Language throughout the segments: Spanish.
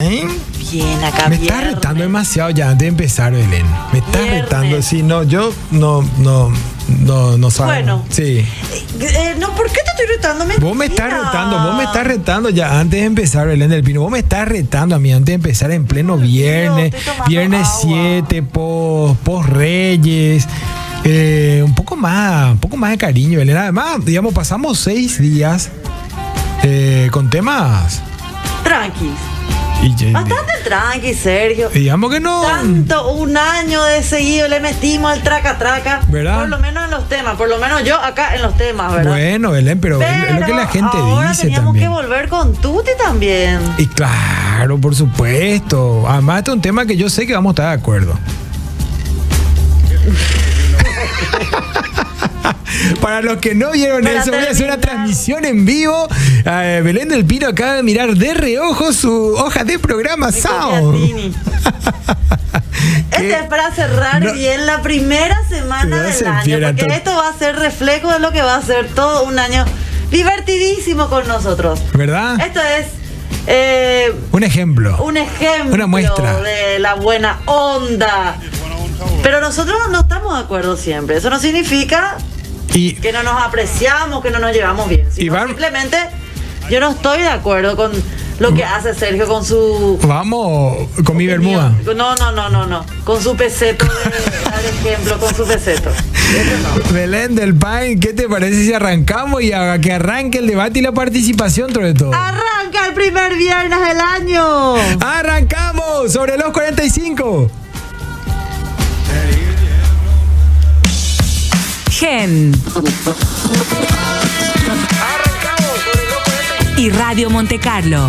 ¿eh? Bien, acá Me bien. está retando demasiado ya antes de empezar, Belén. Me está Viernes. retando, sí. No, yo no, no, no, no sabe. Bueno. Sí. Eh, no, ¿por qué te estoy retando? Vos me estás retando, vos me estás retando ya antes de empezar, Belén del Pino. Vos me estás retando a mí antes de empezar en pleno viernes, estoy tomando viernes agua. 7, post, post Reyes. Eh, un poco más, un poco más de cariño, Belén. Además, digamos, pasamos seis días eh, con temas. Tranquis. Y, y- Bastante tranqui, Sergio. digamos que no. Tanto un año de seguido le metimos al traca traca. ¿Verdad? Por lo menos en los temas, por lo menos yo acá en los temas, ¿verdad? Bueno, Belén, pero, es lo que la gente ahora dice teníamos también. que volver con Tuti también. Y claro, por supuesto. Además, este es un tema que yo sé que vamos a estar de acuerdo. Para los que no vieron Para eso, voy a hacer una terminar. transmisión en vivo. Eh, Belén del Pino acaba de mirar de reojo su hoja de programa Mi SAO. Copiatini. Este es para cerrar No. bien la primera semana No del se año, fiera, porque to- esto va a ser reflejo de lo que va a ser todo un año divertidísimo con nosotros. ¿Verdad? Esto es eh, Un ejemplo. un ejemplo Una muestra. de la buena onda. Pero nosotros no estamos de acuerdo siempre. Eso no significa Y que no nos apreciamos, que no nos llevamos bien. sino Iván- simplemente yo no estoy de acuerdo con lo que hace Sergio con su vamos con mi bermuda. No, no, no, no, no. Con su peseto, de- al ejemplo, con su peseto. Belén del Pain, ¿qué te parece si arrancamos y a- que arranque el debate y la participación sobre todo? Ah. Arranca el primer viernes del año. ¡Arrancamos! Sobre los 45. Gen. Y Radio Monte Carlo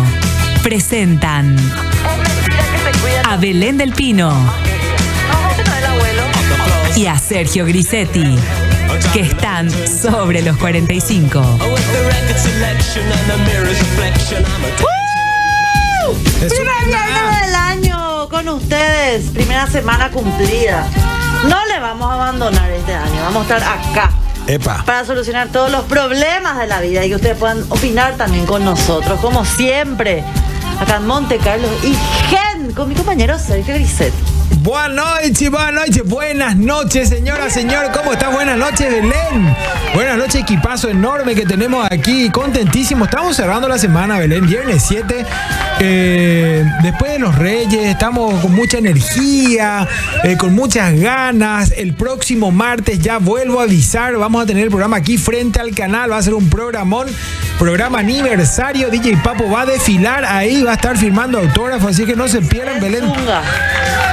presentan a Belén del Pino y a Sergio Grisetti, que están sobre los 45. With the record selection and the mirror's reflection, I'm a Es Primer viernes del año con ustedes. Primera semana cumplida. No le vamos a abandonar este año. Vamos a estar acá Epa. para solucionar todos los problemas de la vida y que ustedes puedan opinar también con nosotros, como siempre. Acá en Monte Carlo y Gen con mi compañero Sergio Grisetti. Buenas noches, buenas noches, buenas noches, señora, señor. ¿Cómo estás? Buenas noches, Belén. Buenas noches, equipazo enorme que tenemos aquí. Contentísimo. Estamos cerrando la semana, Belén. Viernes 7. eh, después de los Reyes, estamos con mucha energía, eh, con muchas ganas. El próximo martes ya vuelvo a avisar. Vamos a tener el programa aquí frente al canal. Va a ser un programón. Programa aniversario. DJ Papo va a desfilar ahí, va a estar firmando autógrafo. Así que no se pierdan, Belén. Zunga.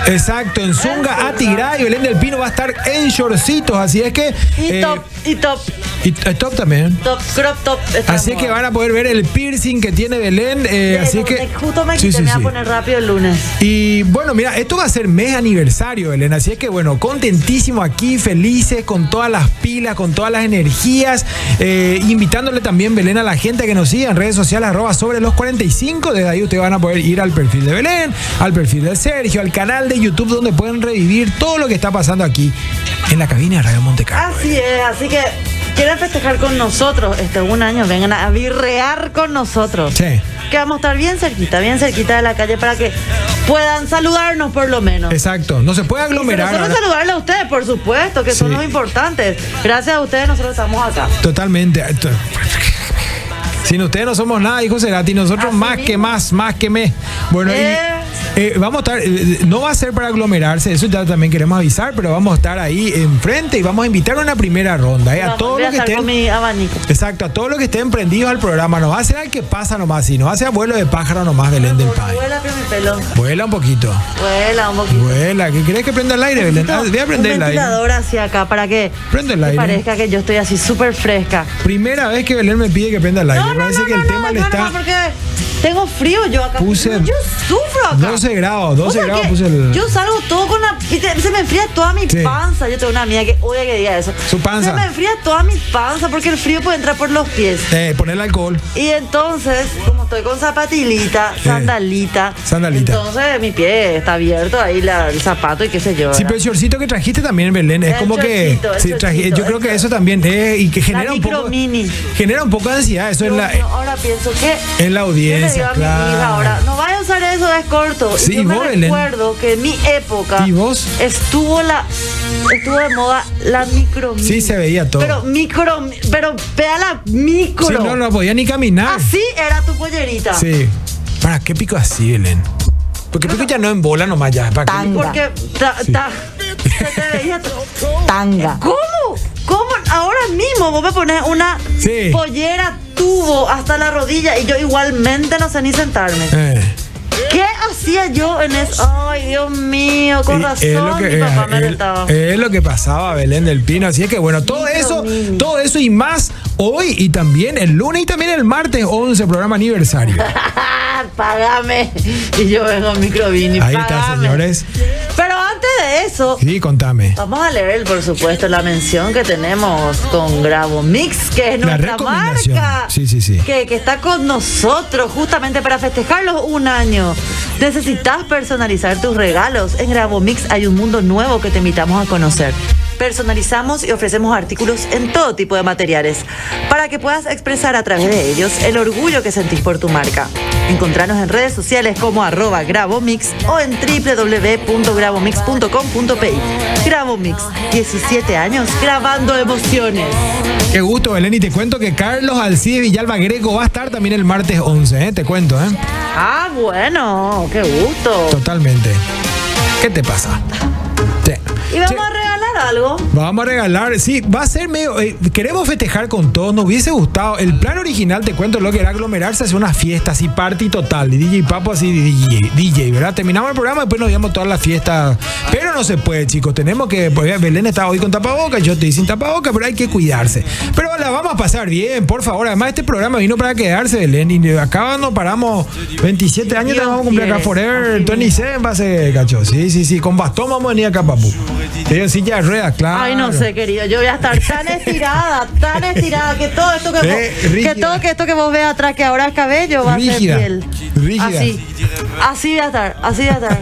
Exacto, en Zunga, a Tigray, Belén del Pino va a estar en shortcitos, así es que... Y eh, top, y top, y t- top también. top, crop top. está Así de es que moda. van a poder ver el piercing que tiene Belén, eh, Pero así es que... me- Justo me Sí, quité, sí, me voy sí. a poner rápido el lunes. Y bueno, mira, esto va a ser mes aniversario, Belén. Así es que bueno, contentísimo aquí, felices, con todas las pilas, con todas las energías. Eh, invitándole también, Belén, a la gente que nos siga en redes sociales, arroba sobre los 45. Desde ahí ustedes van a poder ir al perfil de Belén, al perfil de Sergio, al canal de YouTube, donde pueden revivir todo lo que está pasando aquí en la cabina de Radio Monte Carlo. Así es, así que quieren festejar con nosotros este un año, vengan a virrear con nosotros. Sí. Que vamos a estar bien cerquita, bien cerquita de la calle para que puedan saludarnos por lo menos. Exacto, no se puede Y aglomerar. nosotros ahora. saludarle a ustedes, por supuesto, que son Sí. los importantes. Gracias a ustedes nosotros estamos acá. Totalmente. Sin ustedes no somos nada, hijo Cerati. Nosotros Así más mismo. que más, más que mes. Bueno, y, Eh. eh, vamos a estar. eh, no va a ser para aglomerarse, eso ya también queremos avisar, pero vamos a estar ahí enfrente y vamos a invitar a una primera ronda. eh, a Vamos, todos voy a los que estar estén. con mi abanico. Exacto, a todos los que estén prendidos al programa. No va a ser al que pasa nomás, y no va a ser abuelo de pájaro nomás, Belén del Pai. Vuela que mi pelo. Vuela un poquito. Vuela un poquito. Vuela, ¿qué crees que prenda el aire, Belén? Ah, voy a prender un el aire. ventilador hacia acá para que Prende el que aire. parezca que yo estoy así súper fresca. Primera vez que Belén me pide que prenda el aire. No, no, Parece no, que no, el tema no, le no, está. no, porque tengo frío yo acá. Puse yo sufro acá. 12 grados, 12 O sea grados que puse el- Yo salgo todo con la... y te- Se me enfría toda mi Sí. panza. Yo tengo una amiga que odia que diga eso. Su panza. Se me enfría toda mi panza porque el frío puede entrar por los pies. Eh, ponerle alcohol. Y entonces, como estoy con zapatilita, sandalita, sandalita. entonces mi pie está abierto ahí la- el zapato y qué sé yo. Sí, ¿verdad? pero el shortcito que trajiste también, Belén, es El como que. shortcito, el sí, traje- shortcito, yo creo el que short. eso también es. Y que genera un micro poco. mini. Genera un poco de ansiedad, eso en Dios la, mío, ahora pienso que en la yo le digo esa, a mi claro. hija ahora, no vaya a usar eso, es corto. Sí, y yo me vos, Belén. recuerdo que en mi época ¿Y vos? estuvo la estuvo de moda la micro mini. Sí, se veía todo. Pero micro, pero vea la micro. Sí, no, no podía ni caminar. Así era tu pollerita. Sí. ¿Para qué pico así, Belén? Porque pico ya no en bola nomás ya. ¿Para qué? Tan. Porque ta- Sí. ta- se te veía todo. Tanga. ¿Cómo? ¿Cómo? Ahora mismo vos me pones una Sí. pollera tubo hasta la rodilla y yo igualmente no sé ni sentarme. Eh, ¿Qué hacía yo en eso? Ay, Dios mío, con y razón mi eh, papá me es- retaba. es lo que pasaba, Belén del Pino. Así es que bueno, todo eso, todo eso y más hoy y también el lunes y también el martes 11, programa aniversario. Ah, pagame. Y yo vengo al microbini. Ahí está, pagame. señores. Pero antes de eso, Sí, contame. vamos a leer, por supuesto, la mención que tenemos con Grabo Mix, que es La nuestra recomendación. marca. Sí, sí, sí. Que, que está con nosotros justamente para festejarlos un año. Necesitas personalizar tus regalos. En Grabomix hay un mundo nuevo que te invitamos a conocer. Personalizamos y ofrecemos artículos en todo tipo de materiales para que puedas expresar a través de ellos el orgullo que sentís por tu marca. Encontranos en redes sociales como arroba Grabomix o en www.grabomix.com.pi. Grabomix, 17 años grabando emociones. Qué gusto, Belén. Y te cuento que Carlos Alcide Villalba Greco va a estar también el martes 11, ¿eh? Te cuento, ¿eh? Ah, bueno, qué gusto. Totalmente. ¿Qué te pasa? Sí. Y vamos Sí. a regalar algo. Vamos a regalar, sí, va a ser medio. eh, queremos festejar con todo, nos hubiese gustado. El plan original, te cuento lo que era aglomerarse, hacer unas fiestas así, party total. Y DJ Papo así, DJ, DJ, ¿verdad? Terminamos el programa, después nos íbamos todas las fiestas. Pero no se puede, chicos, tenemos que. Porque Belén está hoy con tapabocas, yo estoy sin tapabocas, pero hay que cuidarse. Pero la vamos a pasar bien, por favor. Además, este programa vino para quedarse, Belén. Y acá no paramos 27 años, te Dios vamos a cumplir acá fieles, forever. así Tony Seven va a ser, cacho. Sí, sí, sí, con bastón vamos a venir acá, papu. Te en silla de ruedas, claro. Ay, no sé, querido. Yo voy a estar tan estirada, tan estirada, que todo esto que, Eh, vos, rígida. que todo que esto que vos ves atrás, que ahora es cabello, va Rígida, a ser piel. rígida. Así. Así voy a estar, así voy a estar.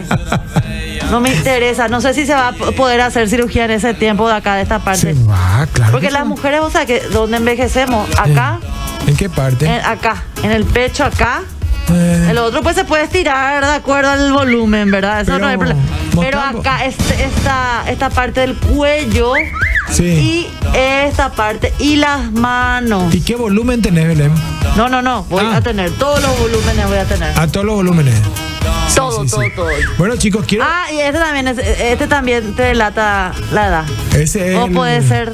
No me interesa. No sé si se va a p- poder hacer cirugía en ese tiempo de acá, de esta Se parte. va, claro. Porque que las se va. mujeres, o sea, que donde envejecemos, acá, Eh, Eh, ¿En qué parte? en- acá, en el pecho, acá. Eh, El otro pues se puede estirar de acuerdo al volumen, ¿verdad? Eso Pero, no es problema. Pero mostrando. acá este- esta, esta parte del cuello Sí. y esta parte y las manos. ¿Y qué volumen tenés, Belén? No, no, no. Voy Ah. a tener todos los volúmenes, voy a tener. A todos los volúmenes. Ah, Sí, todo, sí, todo, sí. todo. Bueno, chicos, quiero. Ah, y este también es, este también te delata la edad. ese es O el- puede ser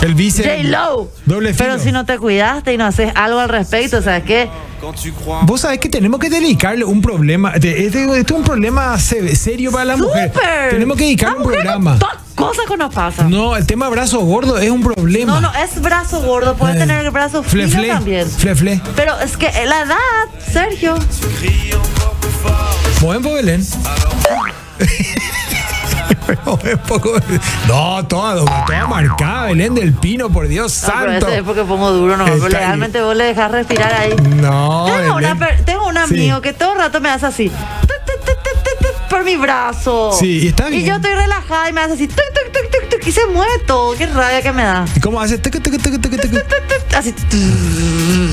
El bíceps. J Lo. Doble filo. Pero si no te cuidaste y no haces algo al respecto, ¿sabes qué? Vos sabés que tenemos que dedicarle un problema. Este, este- este es un problema se- serio para la mujer. ¡Súper! Tenemos que dedicar La un mujer con programa. todas cosas que nos pasan. No, el tema brazo gordo es un problema. No, no, es brazo gordo, puedes Eh, tener el brazo fle, fino fle, también. fle, fle. Pero es que la edad, Sergio. Mueven por pues, Belén. Mueven poco Belén. No, toda, doble, toda marcada, Belén del Pino, por Dios No, Ah, pero santo. ese es porque pongo duro, no, pero Está ahí. legalmente vos le dejás respirar ahí. No, tengo, Ah, una Belén. per- tengo un Sí. amigo que todo el rato me hace así. tuc, tuc, tuc, tuc, tuc, tuc, Por mi brazo. Sí, y está bien. Y yo estoy relajada y me hace así. tuc, tuc, tuc, tuc, tuc, y se mueve todo. Qué rabia que me da. ¿Y cómo hace? Tuc, tuc, tuc, tuc, tuc. Tuc, tuc, Así. tuc.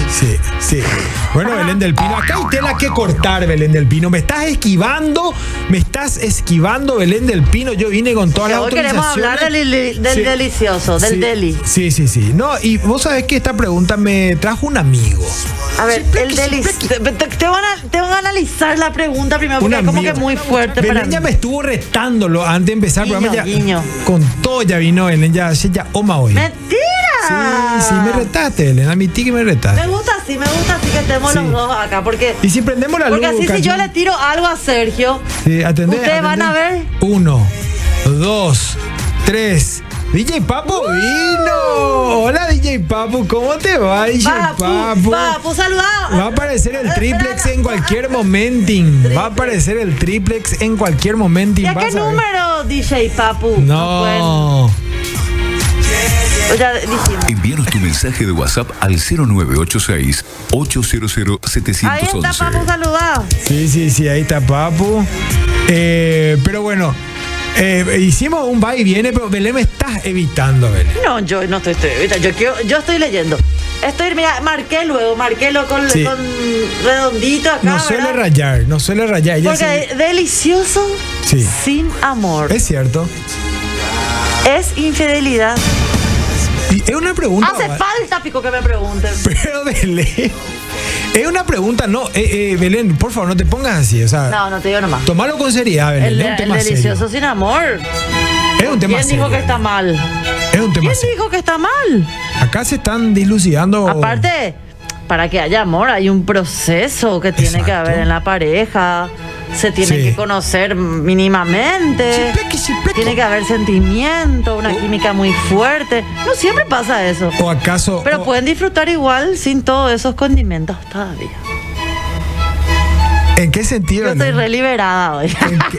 Sí, sí. Ah. Bueno, Belén del Pino, acá hay tela que cortar, Belén del Pino. Me estás esquivando, me estás esquivando, Belén del Pino. Yo vine con todas las Hoy queremos hablar autorizaciones. del, del Sí. delicioso, del sí, deli. Sí, sí, sí. No, y vos sabés que esta pregunta me trajo un amigo. A ver, el delicioso. Te, te- te van a, te van a analizar la pregunta primero porque Una es como mía. que muy fuerte Belén para mí. ya me estuvo retándolo antes de empezar el Guiño, programa. Ya, guiño. Con todo ya vino Belén, ya, ya, ya oma hoy. ¡Mentira! Sí, sí, me retaste, Belén. Admití que me Me retaste. gusta así, me gusta así que estemos Sí. los dos acá. Porque, Y si prendemos la porque luz. así si Cacho. yo le tiro algo a Sergio, Sí, atendé, ustedes van atendé. a ver. Uno, dos, tres. DJ Papo Uh. vino. Hola DJ Papu, ¿cómo te va DJ Papu, Papu? papu, saludado. Va a aparecer el triplex en cualquier momentín. Va a aparecer el triplex en cualquier momentín. ¿Y a qué vas a ver. número, pues. DJ Papu? No. pueden. ya dijimos. Envíanos tu mensaje de WhatsApp al 0986 800 711. Ahí está Papu, saludado. Sí, sí, sí, ahí está Papu. Eh, pero bueno, eh, hicimos un va y viene, pero Belén me estás evitando, Belén. No, yo no estoy, estoy ahorita, yo, quiero- yo estoy leyendo. Estoy, mira, marqué luego, marqué lo con, Sí. con redondito acá. No suele ¿verdad? rayar, no suele rayar. Ella Porque sí- de- delicioso Sí. sin amor. Es, Es cierto. infidelidad. Y es una pregunta. Hace va- falta, Pico, que me pregunten. Pero Belén. Es una pregunta, no, eh, eh, Belén, por favor, no te pongas así. O sea, No, no te digo nomás. tomalo con seriedad, Belén. El, es un el tema delicioso serio. sin amor. Es un tema ¿Quién serio. dijo que está mal? Es un tema ¿Quién serio. Oh. dijo que está mal? Acá se están dilucidando. Aparte, para que haya amor hay un proceso que tiene que Exacto. haber en la pareja. Se tiene Sí. que conocer mínimamente. Chipequi, chipequi. eh, Tiene que haber sentimiento, Oh. una química muy fuerte. No siempre pasa eso. ¿O acaso.? Pero o- pueden disfrutar igual sin todos esos condimentos todavía. ¿En qué sentido? Yo estoy Belén? re liberada hoy. ¿En qué,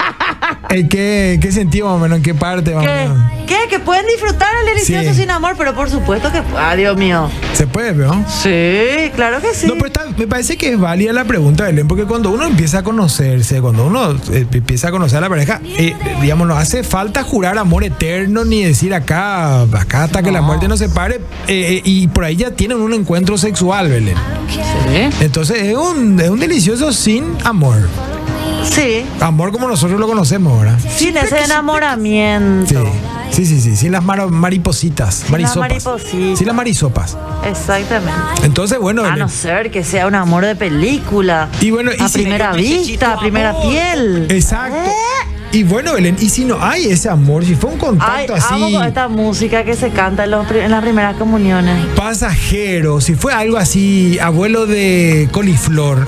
en qué, en qué sentido, más o menos? ¿En qué parte, más o ¿Qué? menos? ¿Qué? Que pueden disfrutar el delicioso Sí. sin amor, pero por supuesto que. Ah, Dios mío. ¿Se puede, ¿no? Sí, claro que sí. No, pues, pero está- me parece que es válida la pregunta, Belén, porque cuando uno empieza a conocerse, cuando uno eh, empieza a conocer a la pareja, eh, digamos, no hace falta jurar amor eterno ni decir acá, acá hasta que la muerte nos separe, eh, eh, y por ahí ya tienen un encuentro sexual, Belén. Entonces es un, es un delicioso sin amor. Sí. Amor como nosotros lo conocemos ahora. Sin ese Sí. enamoramiento. Sí, sí, sí, sin las maro- maripositas, las marisopas. maripositas. Sin las marisopas. Exactamente. Entonces, bueno, A Belén, Ah, no ser que sea un amor de película. Y bueno, y a si- primera vista, a primera piel. Exacto. ¿Eh? Y bueno, Belén, y si no hay ese amor, si fue un Ay, contacto amo con así esta música que se canta en, los pri- en las primeras comuniones. pasajero, si fue algo así, abuelo de coliflor,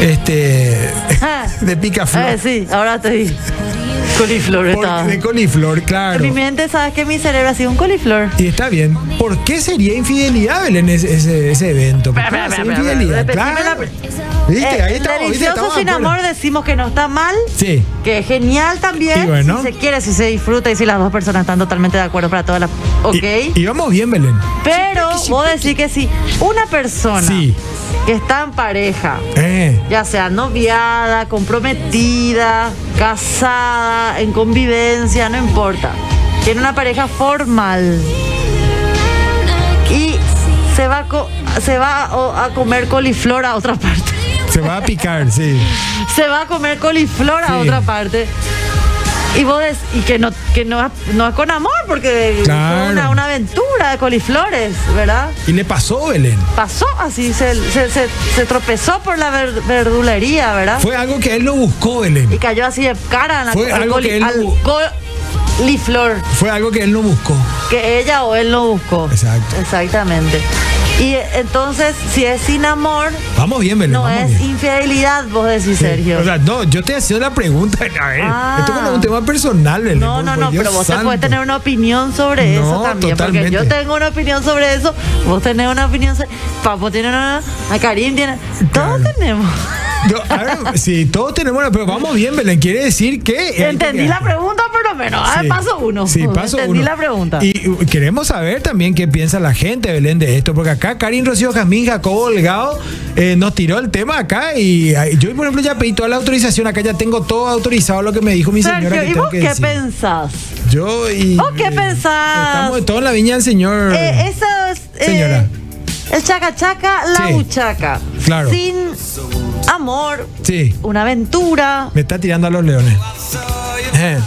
este, Ah. de picaflor, Eh, sí, ahora estoy coliflor. Por- estaba. de coliflor, En claro. mi mente, sabes que mi cerebro ha sido un coliflor. Y está bien. ¿Por qué sería infidelidad, Belén, ese, ese, ese evento? ¿Por qué Espera, espera, sería espera, infidelidad? espera, Claro. repetime ¿Viste? Eh, Ahí estamos, ¿viste? delicioso Estamos de sin acuerdo. amor decimos que no está mal. Sí. Que es genial también. Y bueno. Si se quiere, si se disfruta y si las dos personas están totalmente de acuerdo para todas las. Ok. Y, y vamos bien, Belén. pero vos decís que si una persona Sí. que está en pareja, Eh, ya sea noviada, comprometida, casada, en convivencia, no importa, tiene una pareja formal y se va a, co- se va a, o- a comer coliflor a otra parte. se va a picar, sí. se va a comer coliflor a Sí. otra parte. Y vos des- y que no que no, no es con amor, porque Claro. fue una, una aventura de coliflores, ¿verdad? Y le pasó, Belén. Pasó así, se, se- se- se tropezó por la ver- verdulería, ¿verdad? Fue algo que él lo buscó, Belén. Y cayó así de cara en la, Fue al algo que él al no- coliflor Fue algo que él no buscó. que ella o él no buscó. Exacto. Exactamente. Y eh, entonces, si es sin amor, Vamos bien, Belén. no vamos es bien. infidelidad, vos decís, Sergio. O sea, no, yo te hacía la pregunta. A ver, Ah. esto como un tema personal, Belén. No, por- no, por no, pues, Dios pero vos te santo. puedes tener una opinión sobre No, eso también. totalmente. Porque yo tengo una opinión sobre eso, vos tenés una opinión sobre. Papo tiene una. A Karim tiene. Claro. Todos tenemos. No, a ver, sí, todos tenemos una, pero vamos bien, Belén. Quiere decir que. Entendí la pregunta, por lo menos. Ah, Sí. paso uno. Sí, paso Entendí uno. la pregunta. Y uh, queremos saber también qué piensa la gente, Belén, de esto, porque acá Karin Rocío Jazmín Jacobo Holgado eh, nos tiró el tema acá y ay, yo, por ejemplo, ya pedí toda la autorización, acá ya tengo todo autorizado lo que me dijo mi señora. Sergio, que ¿y tengo vos que qué decir. pensás? Yo y. ¿Vos Oh, qué eh, pensás? Estamos de todo en la viña del señor. Eh, esos. eh, Señora. el chacachaca, la Sí. buchaca. Claro. Sin amor, sí, una aventura. me está tirando a los leones. Eh,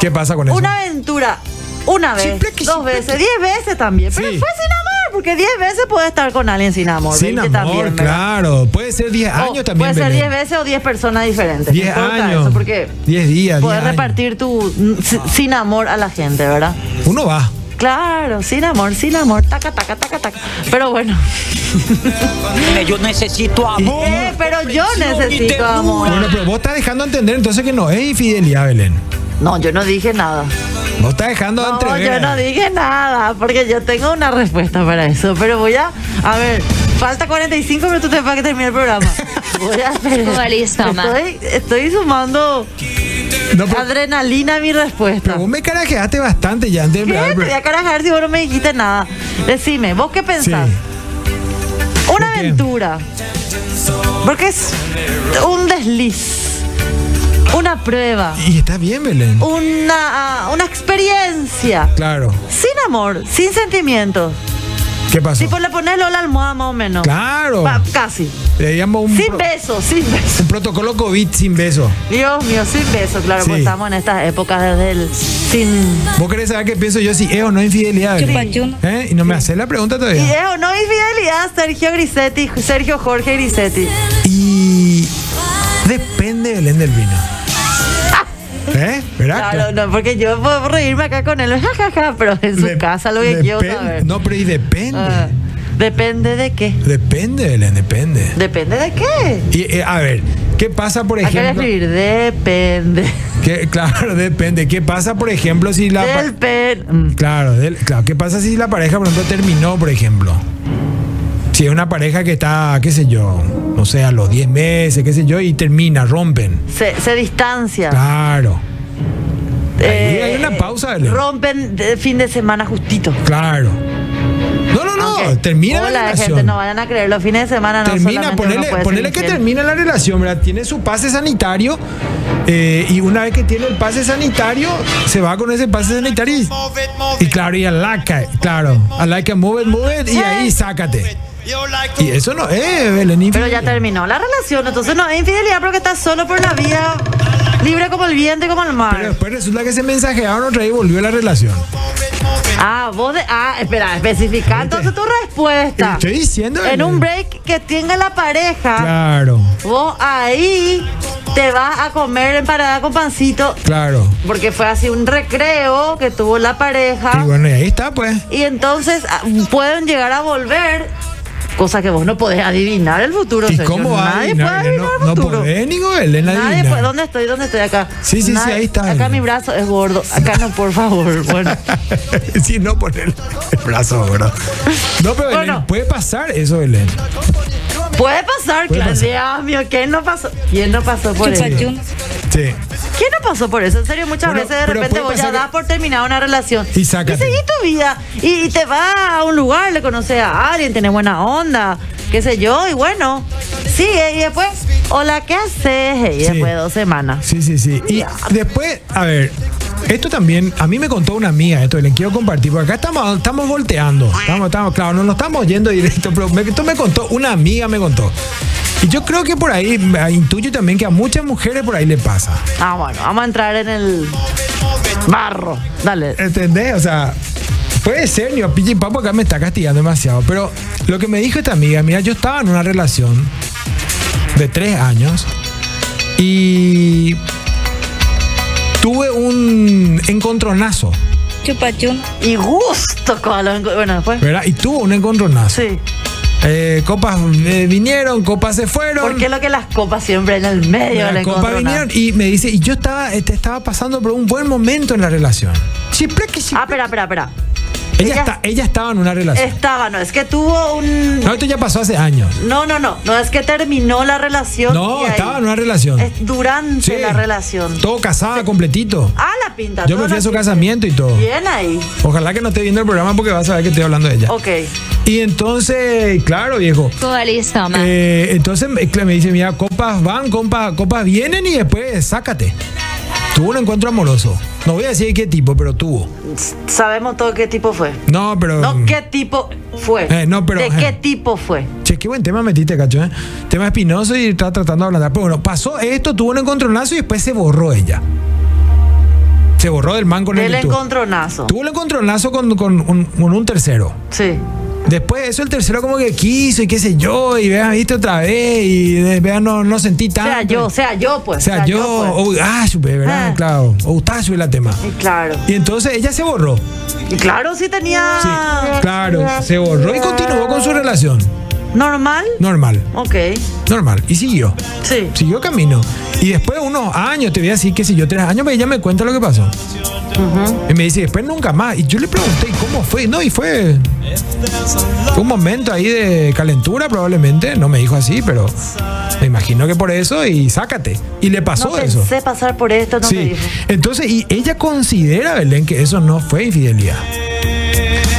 ¿Qué pasa con eso? Una aventura. Una vez, Simple que dos simple veces, diez veces también. Pero Sí. fue sin amor, porque diez veces puede estar con alguien sin amor. Sin amor, 20 también, ¿verdad? claro. Puede ser 10 O años también. Puede ser Belén. diez veces o diez personas diferentes. 10 no importa años. Eso porque 10 días. poder 10 años. repartir tu mm, si- sin amor a la gente, ¿verdad? Uno va. Claro, sin amor, sin amor. Taca, taca, taca, taca. Pero bueno. Yo necesito amor. Eh, pero yo necesito amor. Bueno, pero vos estás dejando entender entonces que no es infidelidad, Belén. No, yo no dije nada. Vos estás dejando No, entrever. yo no dije nada, porque yo tengo una respuesta para eso. Pero voy a. A ver, falta 45 minutos para que termine el programa. Voy a Vale, está mal. estoy, estoy sumando No, pero, adrenalina a mi respuesta. pero vos me carajeaste bastante ya antes de ¿Qué? Te empezar el voy programa. a carajar si vos no me dijiste nada. Decime, ¿vos qué pensás? Sí. Una ¿de qué? aventura. Porque es un desliz. Una prueba. Y está bien, Belén. Una, una experiencia. Claro. Sin amor, sin sentimientos. Que ¿Qué pasó? Tipo, le pones Lola almohada más o menos. Claro. Pa- casi. Le llamo un, Sin pro- besos, sin besos. un protocolo COVID sin beso. Dios mío, sin besos. Claro, Sí. pues estamos en estas épocas desde el. Sin. ¿Vos querés saber qué pienso yo si es o no infidelidad? Chupachuna. ¿Eh? Y no me haces la pregunta Y todavía. es o no infidelidad, Sergio Grisetti, Sergio Jorge Grisetti. Y depende Belén del vino. ¿Eh? ¿Verdad? Ah. Claro, no, porque yo puedo reírme acá con él, jajaja, pero en su Dep- casa lo que quiero depende- saber. No, pero y depende. Ah, depende de qué. Depende, Belén, depende. Depende de qué. Y, eh, a ver, ¿qué pasa, por Hay que ejemplo? escribir, depende. Que, claro, depende. ¿Qué pasa, por ejemplo, si la... Ah, pa- Depende. Claro, del- claro, ¿qué pasa si la pareja, por ejemplo, terminó, por ejemplo? Si es una pareja que está, qué sé yo, no sé, a los 10 meses, qué sé yo, y termina, rompen. Se, se distancia. Claro. Ahí Eh, hay una pausa, Belén. Rompen de fin de semana justito. Claro. No, no, no, Aunque- termina Hola, la gente, relación. no vayan a creer, los fines de semana no termina, solamente ponele, uno puede ser ponele que infiel. termina la relación, ¿verdad? Tiene su pase sanitario eh, y una vez que tiene el pase sanitario, se va con ese pase sanitario y, y claro, y a la ca- claro, a la que move it, move it, y ahí sácate. Y eso no es, Belén. Pero ya terminó la relación, entonces no es infidelidad porque estás solo por la vía libre como el viento y como el mar. Pero después resulta que se mensajearon otra vez y volvió la relación. Ah, vos de. Ah, espera, especificar entonces tu respuesta. Estoy diciendo, En Belén. un break que tenga la pareja, Claro, vos ahí te vas a comer en parada con pancito. claro. Porque fue así un recreo que tuvo la pareja. Y bueno, y ahí está, pues. Y entonces ah, pueden llegar a volver. Cosa que vos no podés adivinar el futuro. ¿Y Sergio. cómo va? a Nadie adivinar, puede Belén? adivinar no, el no futuro. podés, Nico, Belén, Nadie adivinar. puede. ¿Dónde estoy? ¿Dónde estoy acá? Sí, sí, sí, Nadie- ahí está, Acá Belén. mi brazo es gordo. Acá no, por favor. Bueno. si no poner el brazo, bro. No, pero Belén, Bueno. puede pasar eso, Belén. Puede pasar, Puede claro. pasar. Dios mío, ¿quién no pasó? ¿Quién no pasó por eso? ¿Quién Chupachuna. Sí. no pasó por eso? En serio, muchas Bueno, veces de pero repente puede vos ya pasar que- das por terminada una relación. Y sácate. seguí tu vida. Y, y te vas a un lugar, le conoces a alguien, tenés buena onda, qué sé yo, y bueno. Sí, eh, y después, hola, ¿qué haces? Y Sí. después dos semanas. Sí, sí, sí. Y después, a ver, esto también, a mí me contó una amiga esto, y le quiero compartir, porque acá estamos, estamos volteando. Estamos, estamos, claro, no nos estamos yendo directo, pero me, esto me contó, una amiga me contó. Y yo creo que por ahí, me- intuyo también que a muchas mujeres por ahí le pasa. Ah, bueno, vamos a entrar en el barro. Dale. ¿Entendés? O sea, puede ser, ni Pichi Papo acá me está castigando demasiado. Pero lo que me dijo esta amiga, mira, yo estaba en una relación de tres años y tuve un encontronazo, Chupachuna. Y gusto con los encu- Bueno, después. ¿verdad? Y tuvo un encontronazo. Sí. Eh, copas eh, vinieron, copas se fueron. Porque lo que las copas siempre en el medio Las del copas vinieron y me dice, y yo estaba, este, estaba pasando por un buen momento en la relación. Sí, pero que sí. Ah, espera, espera, espera. ella, ella- está- ella estaba en una relación. Estaba, no, es que tuvo un. no, esto ya pasó hace años. No, no, no. No es que terminó la relación. y No, ahí- estaba en una relación. Es durante Sí. la relación. Todo casada, completito. Ah, la pinta. Yo me toda fui la a su pinta. casamiento y todo. Bien ahí. Ojalá que no esté viendo el programa porque vas a ver que estoy hablando de ella. Ok. Y entonces, claro, viejo. eh, entonces me me dice, mira, copas van, compas, copas vienen y después sácate. Tuvo un encuentro amoroso. No voy a decir qué tipo, pero tuvo. Sabemos todo qué tipo fue. No, pero... mm, No, qué tipo fue. Eh, no, pero- ¿De qué eh. tipo fue? Che, qué buen tema metiste, cacho, ¿eh? Tema espinoso y está tratando de ablandar. Pero bueno, pasó esto, tuvo un encontronazo y después se borró ella. Se borró del man con el Del que tuvo. encontronazo. Tuvo el encontronazo con, con un, con un tercero. Sí. Después de eso, el tercero como que quiso y qué sé yo, y vean, viste otra vez, y de- vean, no, no sentí tanto. Sea yo, sea yo, pues. O Ah, sea, yo, pues. o ah, supe, ¿verdad? Ah. Claro, o está supe la tema. Y claro. Y entonces ella se borró. Y claro, sí tenía. Sí, Ah. claro, se borró y continuó con su relación. ¿Normal? Normal, Ok. normal. Y siguió, Sí. siguió camino. Y después de unos años, te voy a decir que si yo tres años, pues, ella me cuenta lo que pasó. Y me dice, después nunca más. Y yo le pregunté, ¿y cómo fue? No, y fue Fue un momento ahí de calentura probablemente, no me dijo así, pero me imagino que por eso y sácate. Y le pasó No eso. pensé pasar por esto, no me sí. dijo. Entonces, y ella considera, Belén, que eso no fue infidelidad.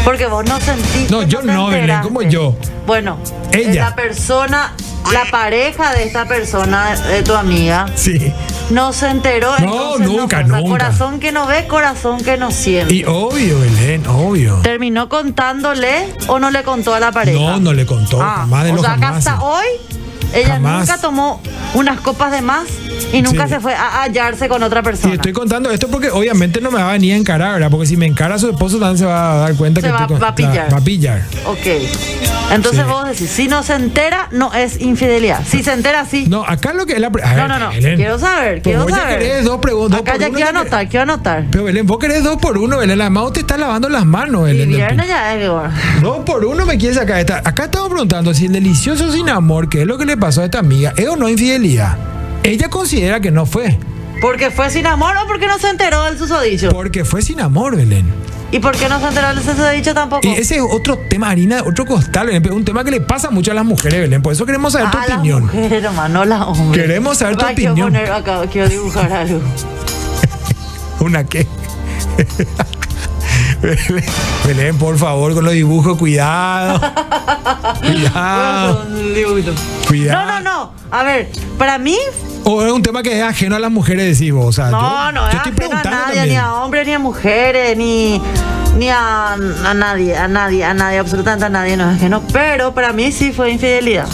Porque vos no sentiste. No, yo te no, Belén, enteraste. ¿cómo yo? Bueno, Ella. La persona, la pareja de esta persona, de tu amiga, Sí. No se enteró. No, entonces nunca, pasa. nunca. Corazón que no ve, corazón que no siente. Y obvio, Belén, obvio. ¿Terminó contándole o no le contó a la pareja? No, no le contó. Ah, jamás de o los sea, que jamases. hasta hoy ella Jamás. nunca tomó unas copas de más y nunca Sí. se fue a hallarse con otra Y persona. estoy contando esto porque obviamente no me va a venir a encarar, ¿verdad? Porque si me encara su esposo también se va a dar cuenta Se que va- estoy con- va a pillar. Va a pillar. Ok. Entonces Sí. vos decís, si no se entera, no es infidelidad. Si se entera, sí. No, acá lo que es la... pre- a No, ver, no, no. Belén. Quiero saber, Pero quiero vos ya saber. querés dos preguntas. Acá ya quiero anotar, quiero anotar. Pero Belén, vos querés dos por uno, Belén. La Mau te está lavando las manos, Y Belén. del viernes ya es, bueno. Pino. Dos por uno me quieres sacar esta. Acá estamos preguntando si el delicioso sin amor, que es lo que le pasó a esta amiga, es o no infidelidad. Ella considera que no fue, ¿Porque fue sin amor o porque no se enteró del susodicho? porque fue sin amor, Belén. ¿Y por qué no se enteró del susodicho tampoco? Y ese es otro tema, harina, otro costal, Belén, pero un tema que le pasa mucho a las mujeres, Belén. Por eso queremos saber tu a opinión. Las mujeres, nomás, no las hombres. Queremos saber tu Ay, quiero opinión. poner acá, quiero dibujar algo. ¿Una qué? Belén, Belén, por favor, con los dibujos, cuidado. Bueno, Cuidado, un dibujito. cuidado. No, no, no. A ver, para mí, O es un tema que es ajeno a las mujeres, decís vos. O sea, no, yo, no, yo es estoy ajeno a preguntando nadie, también. ni a hombres, ni a mujeres, ni, ni a, a nadie, a nadie, a nadie, absolutamente a nadie no es ajeno. Pero para mí sí fue infidelidad.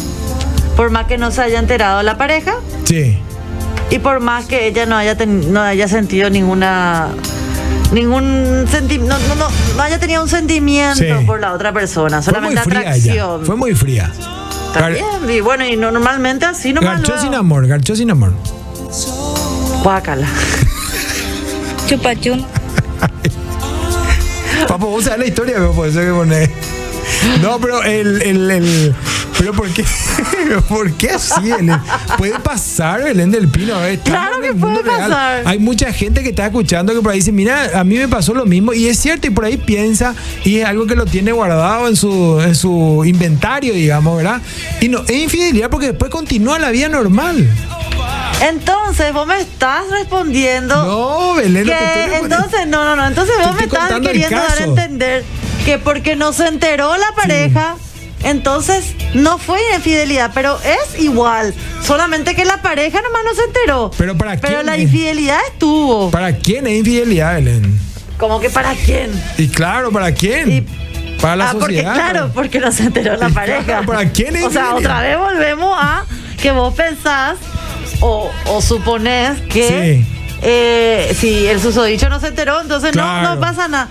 Por más que no se haya enterado la pareja, Sí. Y por más que ella no haya, ten- no haya sentido ninguna. Ningún sentimiento. No, no, no haya tenido un sentimiento Sí. por la otra persona, Fue muy solamente fría ella. atracción. Fue muy fría. Gar- También, y bueno, y no- normalmente así nomás. garchó sin luego. amor, garchó sin amor. Guácala. Chupachum. Papo, vos sabés la historia, pero por eso que pone. No, pero el, el, el- Pero ¿por qué? ¿Por qué así, Belén? Puede pasar, Belén del Pino. a ver, estamos Claro en que el mundo puede real. pasar. Hay mucha gente que está escuchando que por ahí dice, mira, a mí me pasó lo mismo. Y es cierto, y por ahí piensa, y es algo que lo tiene guardado en su, en su inventario, digamos, ¿verdad? Y no, es infidelidad porque después continúa la vida normal. Entonces, vos me estás respondiendo. No, Belén, no te estoy que respondiendo. entonces, no, no, no. Entonces, Te vos me estoy estás contando el queriendo dar a caso. entender que porque no se enteró la pareja. Entonces, no fue infidelidad, pero es igual. Solamente que la pareja nomás no se enteró. Pero ¿para Pero quién la es? infidelidad estuvo. ¿Para quién es infidelidad, Belén? Como que para quién. Y claro, ¿para quién? Y- para la ah, porque sociedad. claro, porque no se enteró la Y pareja. claro, ¿para quién es O sea, infidelidad? otra vez volvemos a que vos pensás o, o suponés que eh, si el susodicho no se enteró, entonces no, Claro. no pasa nada.